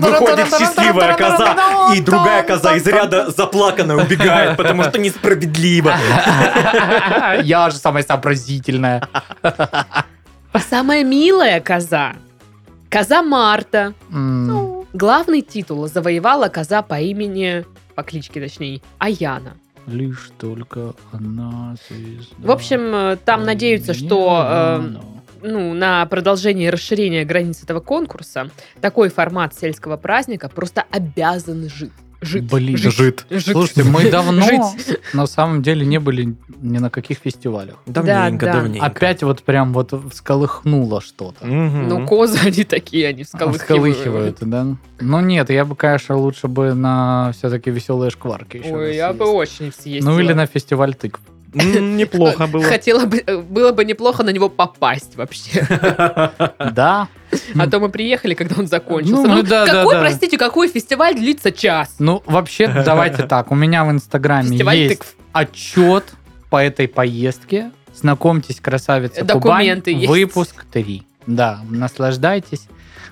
том,
Выходит
том,
счастливая
том, том, том,
коза,
том,
и другая
том,
коза
том,
из ряда заплаканная убегает, потому что несправедливо.
том. Я же самая сообразительная.
А Самая милая коза. Коза Марта.
М,
Ну. Главный титул завоевала коза по имени, по кличке точнее, Аяна.
Лишь только она звезда.
В общем, э, там надеются, что э,
Неону.
ну, на продолжение и расширение границ этого конкурса такой формат сельского праздника просто обязан жить. Жить.
Блин,
жить.
Жит.
Жить.
Слушайте, мы давно
Жить.
на самом деле не были ни на каких фестивалях.
Давненько,
да.
давненько.
Опять вот прям вот всколыхнуло что-то.
Мгм.
Ну, козы, они такие, они
Всколыхивают,
всколыхивают.
да? Ну нет, я бы, конечно, лучше бы на все-таки веселые шкварки еще. раз
Ой, я бы
съездил.
очень съездила.
Ну или на фестиваль тыкв.
М, Неплохо было.
Хотела бы, э, было бы неплохо на него попасть вообще.
Да.
А то мы приехали, когда он закончился.
Ну,
Ну,
ну да, да,
какой,
да.
простите, какой фестиваль длится час?
Ну, вообще, давайте так. У меня в Инстаграме
Фестиваль
есть
тыкв.
отчет по этой поездке. Знакомьтесь, красавица
Документы
Кубань.
есть.
Выпуск 3. Да, наслаждайтесь.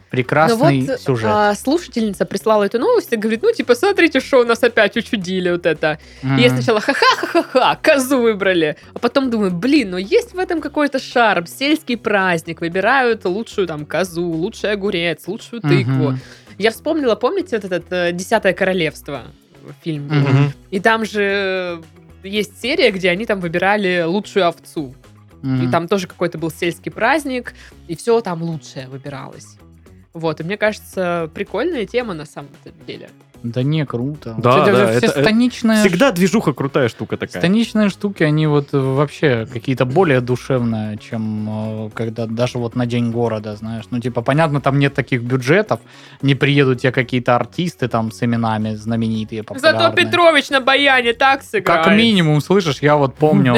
Прекрасный
Ну вот,
сюжет.
а, слушательница прислала эту новость и говорит, ну, типа, смотрите, что у нас опять учудили вот это.
М.
И я сначала ха-ха-ха-ха-ха, козу выбрали. А потом думаю, блин, ну есть в этом какой-то шарм. Сельский праздник, выбирают лучшую там козу, лучший огурец, лучшую
Мгм.
тыкву. Я вспомнила, помните вот этот э, «Десятое королевство» фильм? был?
Мгм.
Мгм.
И там же э, есть серия, где они там выбирали лучшую овцу.
Мгм.
И там тоже какой-то был сельский праздник, и все там лучшее выбиралось. Вот, и мне кажется, прикольная тема на самом деле.
Да не, круто.
Да,
Вот эти
да,
все
это- это
станичные
Всегда движуха крутая штука такая.
Станичные штуки, они вот э, вообще какие-то более душевные, чем э, когда даже вот на день города, знаешь. Ну, типа, понятно, там нет таких бюджетов, не приедут тебе какие-то артисты там с именами знаменитые, популярные.
Зато Петрович на баяне так сыграет.
Как минимум, слышишь, я вот помню,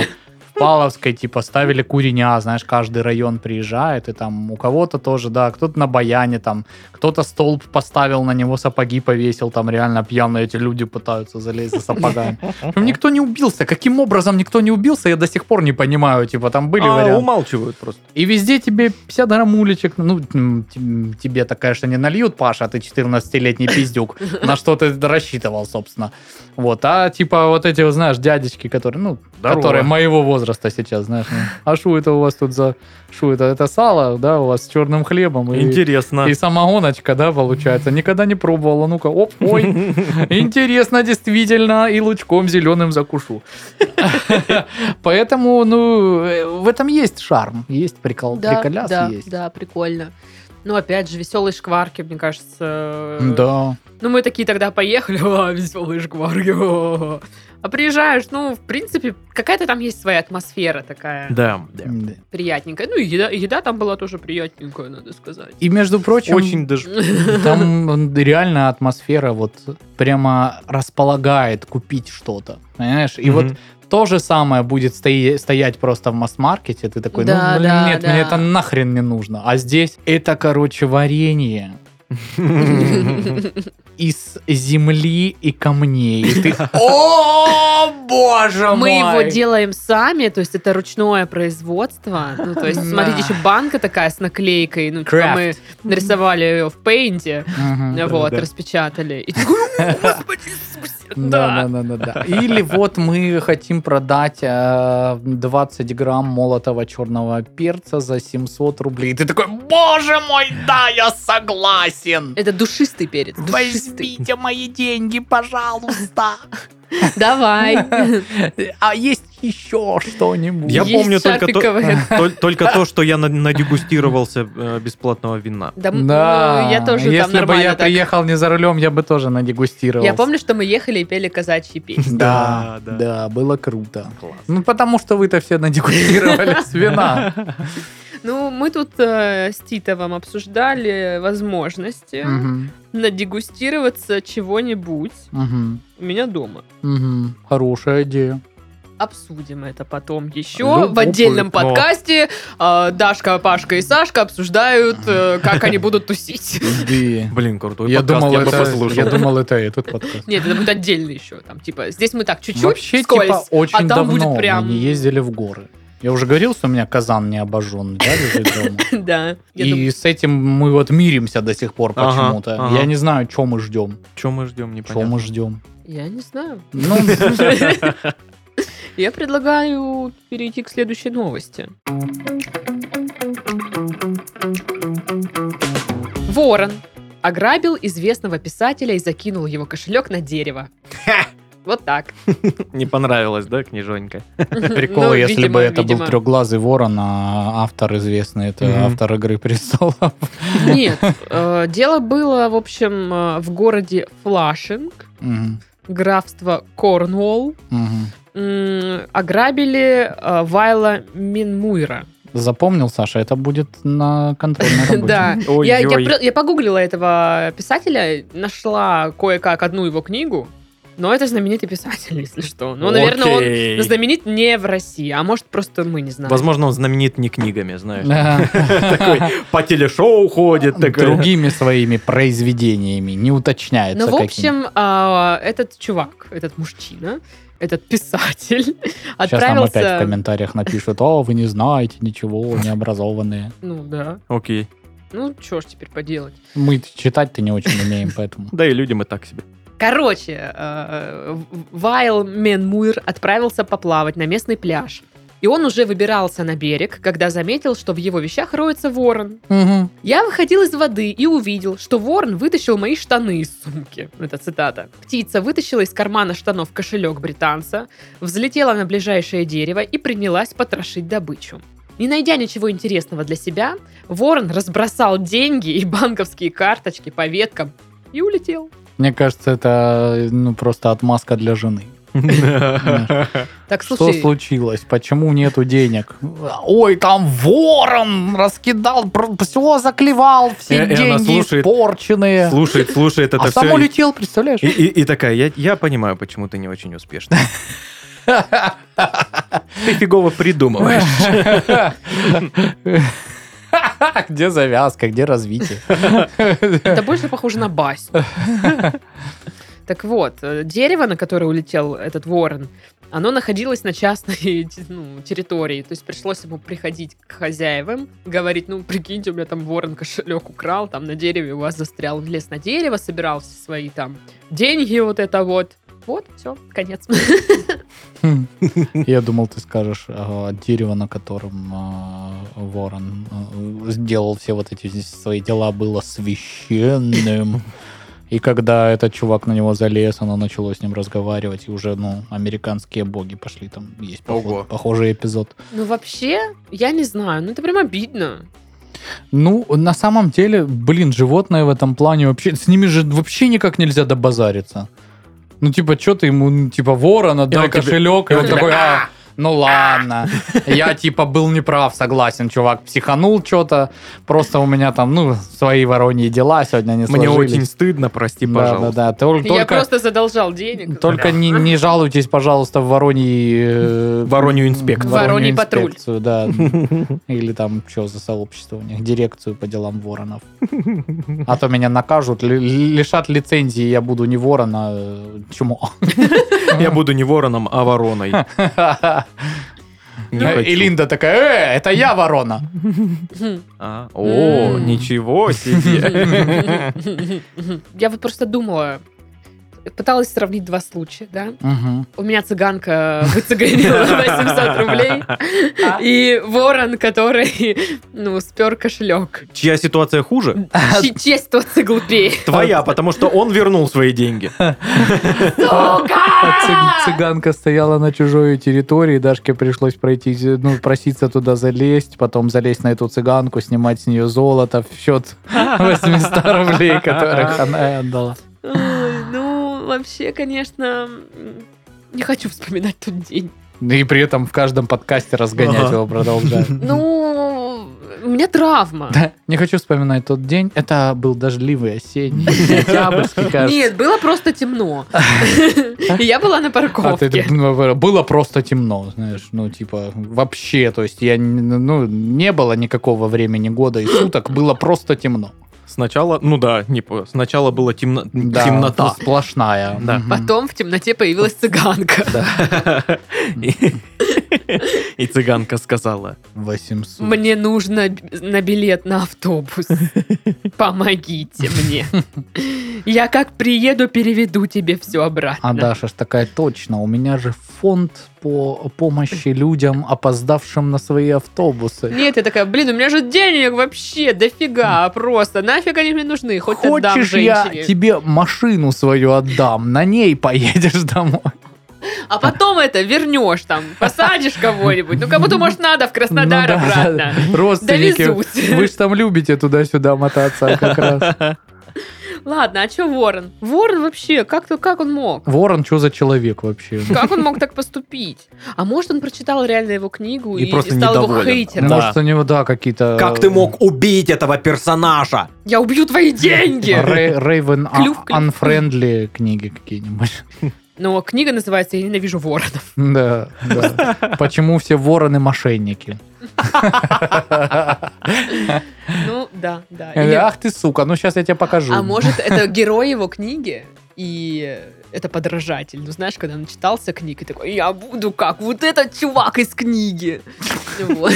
в Паловской, типа, ставили куреня, знаешь, каждый район приезжает, и там у кого-то тоже, да, кто-то на баяне там, кто-то столб поставил, на него сапоги повесил, там реально пьяные эти люди пытаются залезть за сапогами. Причем Никто не убился. Каким образом никто не убился, я до сих пор не понимаю. Типа, там были
А,
варианты.
умалчивают просто.
И везде тебе 50 грамм уличек. Ну, м, т- тебе-то, конечно, не нальют, Паша, а ты 14-летний пиздюк. На что ты рассчитывал, собственно. Вот. А типа вот эти, вот, знаешь, дядечки, которые, ну,
Здорово.
которые моего возраста сейчас, знаешь. ну, А что это у вас тут за... Что это? Это сало, да, у вас с черным хлебом. И,
Интересно.
и самогоночка, да, получается. Никогда не пробовала. Ну-ка, оп, ой. Интересно, действительно, и лучком зеленым закушу. Поэтому, ну, э, в этом есть шарм, есть прикол,
Да,
приколяс
да,
есть.
да, прикольно. Ну, опять же, веселые шкварки, мне кажется.
Да.
Ну, мы такие тогда поехали, а, веселые шкварки. о. А приезжаешь, ну, в принципе, какая-то там есть своя атмосфера такая
Да. да.
Да.
приятненькая. Ну, и еда, и еда там была тоже приятненькая, надо сказать.
И, между прочим,
Очень даже...
там м, реально атмосфера вот прямо располагает купить что-то, понимаешь? И вот
Мгм.
то же самое будет стои- стоять просто в масс-маркете. Ты такой,
Да,
ну, блин,
да,
нет,
да.
мне это нахрен не нужно. А здесь это, короче, варенье из земли и камней. И ты, о, боже
Мы
мой!
его делаем сами, то есть это ручное производство. Ну, то есть,
Да.
смотрите, еще банка такая с наклейкой. Ну, типа,
Крафт.
мы нарисовали ее в пейнте,
Мгм.
вот,
да.
распечатали. И типа, такой, «О, господи, Иисусе, да.
Да, да, да, да. да. Или вот мы хотим продать э, 20 грамм молотого черного перца за 700 рублей. Ты такой, боже мой, да, я согласен.
Это душистый перец. Душистый.
Возьмите мои деньги, пожалуйста.
Давай.
А есть еще что-нибудь?
Я
Есть
помню только то-
шарфиковая.
Тол- Только то, что я на- надегустировался э, бесплатного вина.
Да, м,
Да,
ну, я тоже там
если бы я
нормально так.
приехал не за рулем, я бы тоже надегустировал.
Я помню, что мы ехали и пели казачьи песни.
Да,
Да, да.
да, было круто.
Класс.
Ну, потому что вы-то все надегустировали с вина.
Ну, мы тут э, с Титовым обсуждали возможности
Мгм,
надегустироваться чего-нибудь
мгм,
у меня дома.
мгм. Хорошая идея.
Обсудим это потом еще в
Любопытно.
отдельном подкасте. а, Дашка, Пашка и Сашка обсуждают, э, как они будут тусить.
Да.
Блин, крутой
Я
подкаст,
думал,
я бы
это,
послушал.
я думал, это этот подкаст.
Нет, это будет отдельно еще. Там, типа, здесь мы так чуть-чуть
Вообще,
вскользь,
типа, очень
а там
давно
будет прям...
мы не ездили в горы. Я уже говорил, что у меня казан не обожженный, да, лежит дома.
Да. Я
И
думаю,
с этим мы вот миримся до сих пор
Ага,
почему-то.
ага.
Я не знаю, чего мы ждем.
Че мы ждем,
Чего
непонятно.
мы ждем.
Я не знаю.
Ну,
Я предлагаю перейти к следующей новости. Ворон ограбил известного писателя и закинул его кошелек на дерево. Вот так.
Не понравилось, да, книжонька?
прикол,
Ну,
если
видимо,
бы это был
видимо.
трехглазый ворон, а автор известный, это
Мгм.
автор «Игры престолов».
Нет, э, дело было, в общем, э, в городе Флашинг,
Мгм,
графство Корнуолл,
мгм.
М, ограбили э, Вайла Минмуира.
Запомнил, Саша, это будет на контрольной работе.
Да,
Ой-ой.
я, я про- я погуглила этого писателя, нашла кое-как одну его книгу, но это знаменитый писатель, если что. Ну, наверное,
Окей.
он знаменит не в России, а может, просто мы не знаем.
Возможно, он знаменит не книгами, знаешь.
Да.
Такой по телешоу ходит. такой.
Другими своими произведениями, не уточняется.
Ну, в
какими.
общем, а, этот чувак, этот мужчина, этот писатель
Сейчас нам опять в
отправился...
комментариях напишут, о, вы не знаете ничего, необразованные.
Ну, да.
Окей.
Ну, что ж теперь поделать.
Мы читать-то не очень умеем, поэтому.
Да и людям и так себе.
Короче, э, Вайл Менмуир отправился поплавать на местный пляж. И он уже выбирался на берег, когда заметил, что в его вещах роется ворон.
Мгм.
Я выходил из воды и увидел, что ворон вытащил мои штаны из сумки. Это цитата. Птица вытащила из кармана штанов кошелек британца, взлетела на ближайшее дерево и принялась потрошить добычу. Не найдя ничего интересного для себя, ворон разбросал деньги и банковские карточки по веткам и улетел.
Мне кажется, это ну просто отмазка для жены.
Так,
Что
слушай,
случилось? Почему нету денег? Ой, там ворон раскидал, все заклевал, все
И- и она
деньги
слушает.
испорченные.
Слушает, слушает это
а
все.
сам улетел, представляешь?
И, и- и такая, я, я понимаю, почему ты не очень успешна. Ты фигово придумываешь.
Где завязка, где развитие?
это больше похоже на басню. Так вот, э, дерево, на которое улетел этот ворон, оно находилось на частной те- ну, территории. То есть пришлось ему приходить к хозяевам, говорить, ну, прикиньте, у меня там ворон кошелек украл, там на дереве у вас застрял, он лез на дерево, собирал все свои там деньги вот это вот. Вот, все, конец.
Хм. Я думал, ты скажешь а, дерево, на котором а, ворон а, сделал все вот эти свои дела, было священным. И когда этот чувак на него залез, оно начало с ним разговаривать, и уже, ну, американские боги пошли там. Есть поход-
Ого.
похожий эпизод.
Ну, вообще, я не знаю, ну, это прям обидно.
Ну, на самом деле, блин, животные в этом плане вообще... С ними же вообще никак нельзя добазариться. Ну, типа, что ты ему, ну, типа, ворона, дай
он тебе-
кошелек, и
и
он
он тебе,
такой, а, ну ладно. Я, типа, был неправ, согласен, чувак, психанул что-то. Просто у меня там, ну, свои вороньи дела сегодня не
Мне
сложились.
очень стыдно, прости, пожалуйста.
Да-да-да, тол-
Я
Ну, только...
просто задолжал денег.
Только не, не жалуйтесь, пожалуйста, в Вороньи... э,
Воронью инспекцию.
Вороний
Воронью
патруль.
инспекцию, Да. Или там что за сообщество у них, дирекцию по делам воронов. А то меня накажут, ли- лишат лицензии, я буду не ворон, а э, чмо.
Я буду не вороном, а вороной. Не хочу.
И Линда такая, э, это я ворона.
Хм.
А, О,
М.
ничего себе.
Я вот просто думала, пыталась сравнить два случая, да?
Мгм.
У меня цыганка выцыганила 800 рублей, и ворон, который, ну, спер кошелек.
Чья ситуация хуже?
Чь- Чья ситуация глупее?
Твоя, потому что он вернул свои деньги.
А цыг- Цыганка стояла на чужой территории, Дашке пришлось пройти, ну, проситься туда залезть, потом залезть на эту цыганку, снимать с нее золото в счет 800 рублей, которых она ей отдала.
Ой, Ну, вообще, конечно, м, не хочу вспоминать тот день.
Ну И при этом в каждом подкасте разгонять
Ага.
его продолжать.
Ну, у меня травма.
Да, не хочу вспоминать тот день. Это был дождливый осенний, сентябрьский, кажется.
Нет, было просто темно. И я была на
А ты-
парковке.
ну, было просто темно, знаешь, ну, типа, вообще, то есть, я, не- ну, не было никакого времени года и суток, было просто темно.
Сначала, ну да, не по- сначала была темно-
Да, ну,
темнота.
Сплошная.
Да.
Мгм.
Потом в темноте появилась цыганка.
И И цыганка сказала.
800.
Мне нужно б- на билет на автобус. Помогите мне. Я как приеду, переведу тебе все обратно.
А Даша ж такая, точно, у меня же фонд по помощи людям, опоздавшим на свои автобусы.
Нет, я такая, блин, у меня же денег вообще дофига, просто нафиг они мне нужны, хоть отдам
Хочешь, я
женщине.
тебе машину свою отдам, на ней поедешь домой.
А потом это вернешь там, посадишь кого-нибудь, ну кому-то, может, надо в Краснодар
Ну да,
обратно.
да. Родственники,
Довезут.
вы же там любите туда-сюда мотаться как раз.
Ладно, а что Ворон? Ворон вообще, как, то- как он мог?
Ворон, что за человек вообще?
Как он мог так поступить? А может, он прочитал реально его книгу и,
И просто
и стал его
недоволен.
хейтером?
Да.
Может, у него, да, какие-то...
Э, убить этого персонажа?
Я убью твои деньги!
Рей- Рейвен
Клюв, клюв.
э, Unfriendly книги какие-нибудь.
Но книга называется «Я ненавижу воронов».
Да, да. Почему все вороны мошенники?
Ну, да, да. Или-
Ах ты сука, ну сейчас я тебе покажу.
А может, это герой его книги, и это подражатель. Ну, знаешь, когда он читался книг, и такой, я буду как вот этот чувак из книги. Вот.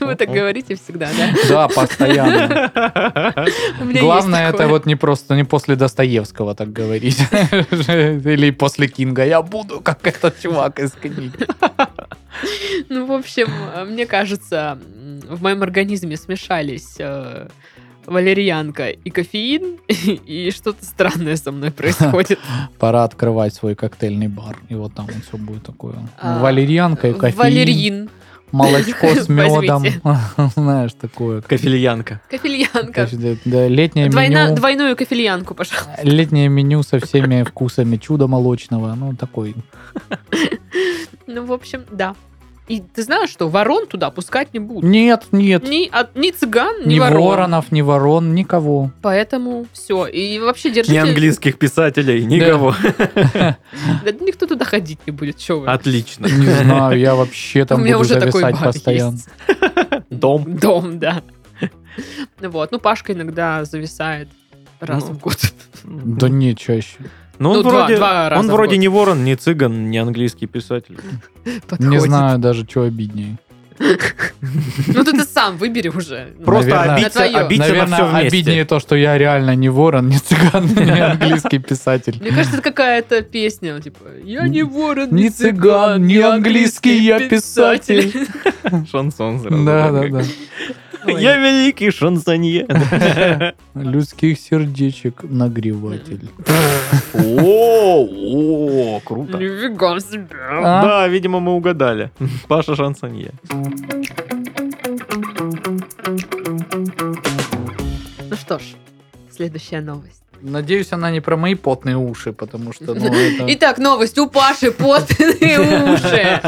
Вы так говорите всегда, да?
Да, постоянно.
У меня есть
Главное, это
такое.
вот не просто, не после Достоевского так говорить. Или после Кинга. Я буду как этот чувак из книги.
Ну, в общем, э, мне кажется, м, в моем организме смешались э, валерьянка и кофеин, и что-то странное со мной происходит.
Пора открывать свой коктейльный бар. И вот там все будет такое.
А,
Валерьянка и кофеин.
Валерьин.
Молочко с медом.
Возьмите.
Знаешь, такое.
Кофельянка.
Кофельянка.
Короче, да, Летнее
Двойна-
меню.
Двойную кофельянку, пожалуйста.
Летнее меню со всеми вкусами чуда молочного. Ну, такой.
Ну, в общем, да. И ты знаешь, что ворон туда пускать не будут.
Нет, нет.
Ни, от- ни цыган, ни,
Ни
ворон.
воронов, ни ворон, никого.
Поэтому все. И вообще
Ни
держите...
английских писателей, никого.
Да никто туда ходить не будет. Че вы?
Отлично.
Не знаю, я вообще
У
там
меня
буду
уже такой
зависать
бар
постоянно.
есть.
Дом.
Дом, да. Ну Вот. Ну, Пашка иногда зависает раз
Ну,
в год.
Да не, чаще.
Ну,
Ну,
он
два-
вроде,
два раза
он
в
вроде
год.
не ворон, не цыган, не английский писатель.
Не
Подходит.
знаю даже, что обиднее.
Ну, ты, ты сам выбери уже. Ну,
Просто
Наверное,
обидеться,
на твоё.
обидеться на все
Наверное,
вместе.
обиднее то, что я реально не ворон, не цыган, не английский писатель.
Мне кажется, это какая-то песня, типа, я не ворон,
Ни
не
цыган,
цыган,
ни
не
английский, я писатель».
Шансон сразу.
Да, да, да.
Ой.
Я великий шансонье.
Людских сердечек нагреватель.
О, о, круто.
Нифига себе.
Ну А?
Да, видимо, мы угадали. Паша Шансонье.
Ну что ж, следующая новость.
Надеюсь, она не про мои потные уши, потому что, ну, это...
Итак, новость. У Паши потные уши.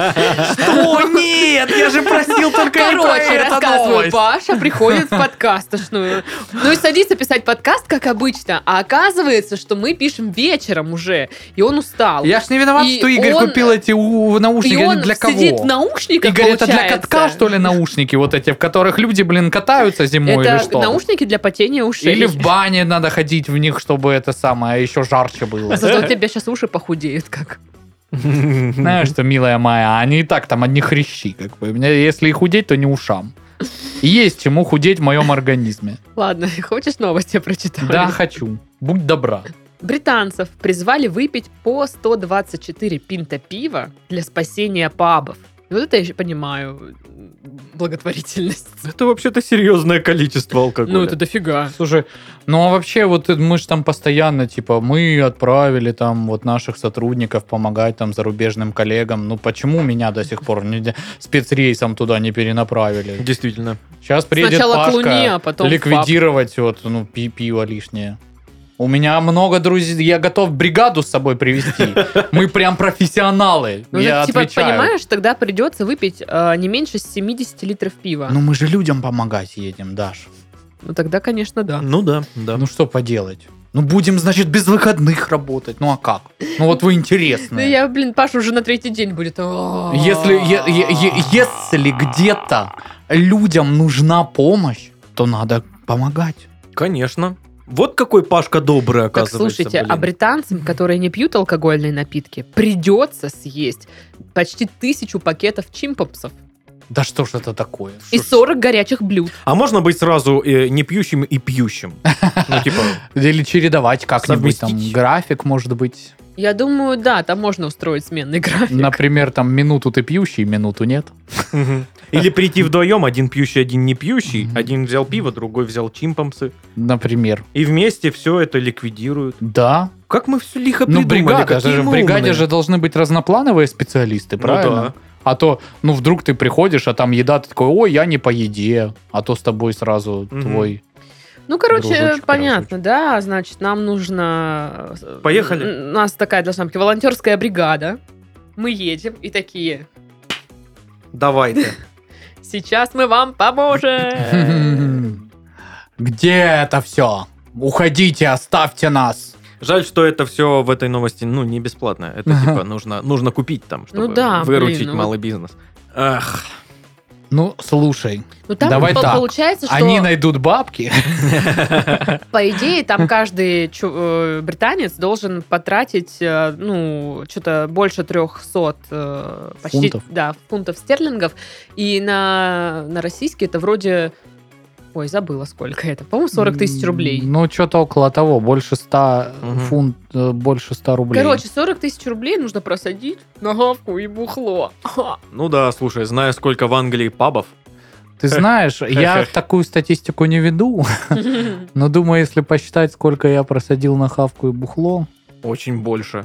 О, нет, я же просил только
Короче, рассказываю. Паша приходит в подкастошную. Ну и садится писать подкаст, как обычно. А оказывается, что мы пишем вечером уже. И он устал.
Я ж не виноват,
И
что Игорь
он-
купил эти у- наушники
И
они
он
для кого?
сидит в наушниках,
Игорь, это для
получается.
катка, что ли, наушники вот эти, в которых люди, блин, катаются зимой или
Это
что?
наушники для потения ушей.
Или в бане надо ходить в них, чтобы это самое еще жарче было.
А Зато у тебя сейчас уши похудеют как.
Знаешь что, милая моя, они и так там одни хрящи, как бы. У меня, если и худеть, то не ушам. И Есть чему худеть в моем организме.
Ладно, хочешь новость я прочитаю?
Да, хочу. Будь добра.
Британцев призвали выпить по 124 пинта пива для спасения пабов. Вот это я еще понимаю м, благотворительность.
Это вообще-то серьезное количество алкоголя.
Ну, дофига.
Слушай, ну а вообще вот мы же там постоянно, типа, мы отправили там вот наших сотрудников помогать там зарубежным коллегам. Ну почему меня до сих пор не спецрейсом туда не перенаправили?
Действительно.
Сейчас приедет
Сначала
Пашка
к Луне, а потом в
ликвидировать вот, ну, пи- пиво лишнее. У меня много друзей, я готов бригаду с собой привести. Мы прям профессионалы,
Ну,
я
это, типа,
отвечаю.
понимаешь, тогда придется выпить э, не меньше 70 литров пива. Ну,
Ну мы же людям помогать едем, Даш.
тогда, конечно, да.
Ну да, да.
Ну что поделать? Ну будем, значит, без выходных работать. Ну а как? Ну вот вы
Ну,
интересные.
я, блин, Паша уже на третий день будет. а. «А-а-а».
Если, е- е- е- если где-то людям нужна помощь, то надо помогать.
Конечно. Вот какой Пашка добрый,
Так,
оказывается.
слушайте,
блин.
а британцам, которые не пьют алкогольные напитки, придется съесть почти тысячу пакетов чимпопсов
Да что ж это такое?
и 40 горячих блюд.
А можно быть сразу э, не пьющим и пьющим? Ну, типа,
Или чередовать как-нибудь там
Совместить.
график, может быть.
Я думаю, да, там можно устроить сменный график.
Например, там минуту ты пьющий, минуту нет.
мгм. Или прийти вдвоем, один пьющий, один не пьющий,
Мгм.
один взял пиво, другой взял чимпомсы,
Например.
и вместе все это ликвидируют.
Да.
Как мы все лихо
Ну,
придумали,
бригада
какие
же, в
мы
бригаде
умные.
же должны быть разноплановые специалисты,
Ну
правильно?
да.
А то, ну, вдруг ты приходишь, а там еда, ты такой, ой, я не по еде, а то с тобой сразу
Мгм.
твой.
Ну, короче,
Дружочек,
понятно, да, значит, нам нужно... э,
Поехали.
н- У нас такая должна быть волонтерская бригада. Мы едем и такие,
Давайте.
сейчас мы вам
Э.
поможем.
Где это все? Уходите, оставьте нас.
Жаль, что это все в этой новости, ну, не бесплатно. Это,
Ага.
типа, нужно, нужно купить там, чтобы
Ну да, блин,
выручить
ну
малый бизнес. Ах,
Ну, слушай,
Ну, там
Давай
по-
так.
получается, что...
они найдут бабки.
По идее, там каждый чу- э, британец должен потратить, э, ну, что-то больше 300 э, почти,
Фунтов.
Да, фунтов стерлингов. И на, на российский это вроде... Ой, забыла, сколько это. По-моему, 40 тысяч рублей.
Ну, что-то около того, больше 100
Мгм.
фунт, э, больше 100 рублей.
Короче, 40 тысяч рублей нужно просадить на гавку и бухло. Ха.
ну да, слушай, зная, сколько в Англии пабов,
ты знаешь, я такую статистику не веду,
Ну,
но думаю, если посчитать, сколько я просадил на хавку и бухло,
очень больше.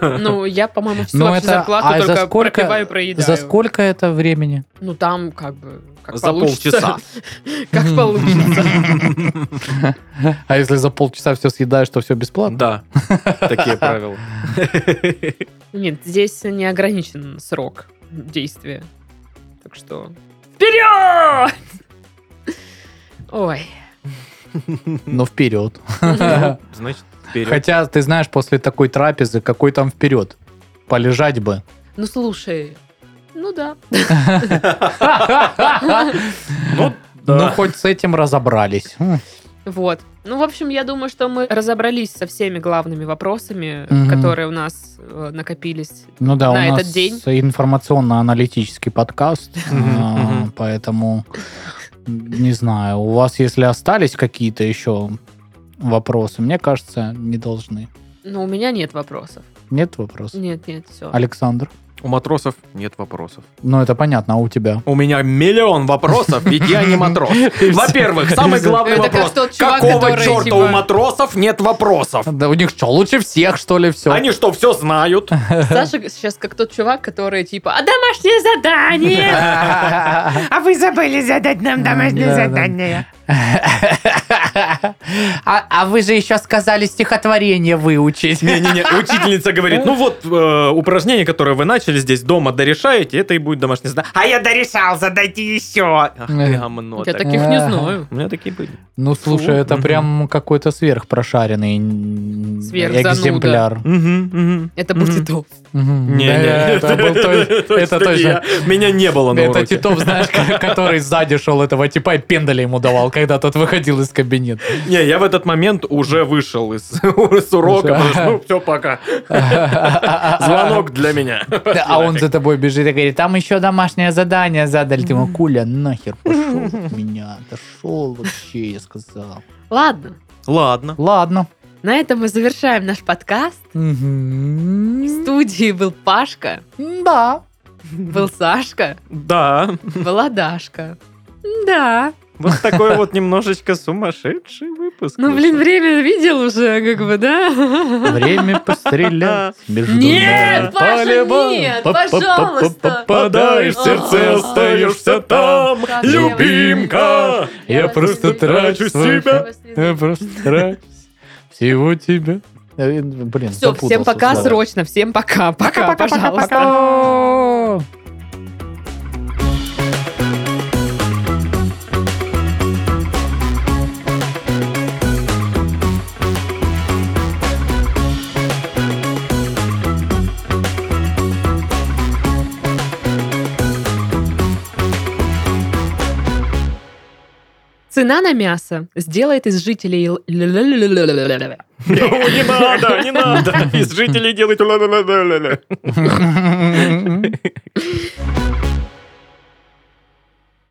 Ну, я, по-моему, всю
Ну,
вообще
это-
зарплату
а за
только
сколько-
пропиваю и проедаю.
за сколько это времени?
Ну, там как бы... Как
За
получится.
полчаса.
Как получится.
А если за полчаса все съедаешь, то все бесплатно?
Да, такие правила.
Нет, здесь не ограничен срок действия. Так что... Вперед! Ой.
Но вперед.
Значит, вперед.
Хотя, ты знаешь, после такой трапезы, какой там вперед? Полежать бы.
Ну, слушай. Ну да.
Ну,
Ну,
да.
хоть с этим разобрались. М.
Вот. Ну, в общем, я думаю, что мы разобрались со всеми главными вопросами,
Мгм.
которые у нас э, накопились.
Ну да,
На
у
этот
нас
день?
информационно-аналитический подкаст,
Мгм,
а,
мгм.
поэтому не знаю, у вас, если остались какие-то еще вопросы, мне кажется, не должны.
Но у меня нет вопросов.
Нет вопросов?
Нет, нет, все.
Александр?
У матросов нет вопросов.
Ну, это понятно, а у тебя?
У меня миллион вопросов, ведь я не матрос. Во-первых, самый главный
Это как
вопрос.
тот чувак,
Какого
который,
черта
типа-
у матросов нет вопросов?
Да у них что, лучше всех, что ли, все?
Они что, все знают?
Саша сейчас как тот чувак, который типа «А домашнее задание!»
А вы забыли задать нам домашнее
Да, да.
задание.
А, а вы же еще сказали стихотворение выучить.
Не-не-не, учительница говорит, ну вот э, упражнение, которое вы начали здесь дома, дорешаете, это и будет домашнее задание.
А я дорешал, задайте еще.
Ах
Э.
ты говно
Я
так.
таких не
Ага.
знаю.
У меня такие были.
Ну, слушай, это
мгм.
прям какой-то сверхпрошаренный м,
Сверхзануда.
экземпляр.
Это был
Мгм.
Титов.
Мгм.
Не, не,
Да, это был то- это точно.
Меня не было на
Это типа-
уроке.
Титов, знаешь, ко- который сзади шел этого типа и пендаля ему давал, когда тот выходил из кабинета.
Не, я в этот момент уже вышел из с урока, потому что, ну, все, пока.
А.
Звонок для меня.
Да, А он за тобой бежит и говорит, там еще домашнее задание задали. Ты ему, Куля, нахер пошел от меня. Дошел вообще, я сказал.
Ладно,
Ладно.
Ладно.
на этом мы завершаем наш подкаст. В
Мгм.
студии был Пашка,
Да.
был Сашка,
Да,
была Дашка. Да.
вот такой вот немножечко сумасшедший выпуск.
Ну, блин, время видел уже, как бы, да?
Время пострелять между
Нет,
нами
Паша,
полеба.
нет,
Па-па-па-па-па.
пожалуйста.
Попадаешь в сердце, остаешься там.
Как я
Любимка,
Я
я
просто
просто трачу
свой-
себя. Я просто трачу всего тебя. Э, Блин,
Все, всем пока, срочно, всем пока.
А,
Пока, пожалуйста.
срочно.
Ци- Цена на мясо сделает из жителей... л-
Ну, не надо, не надо. Из жителей делать... ла-ла-ла-ла-ла.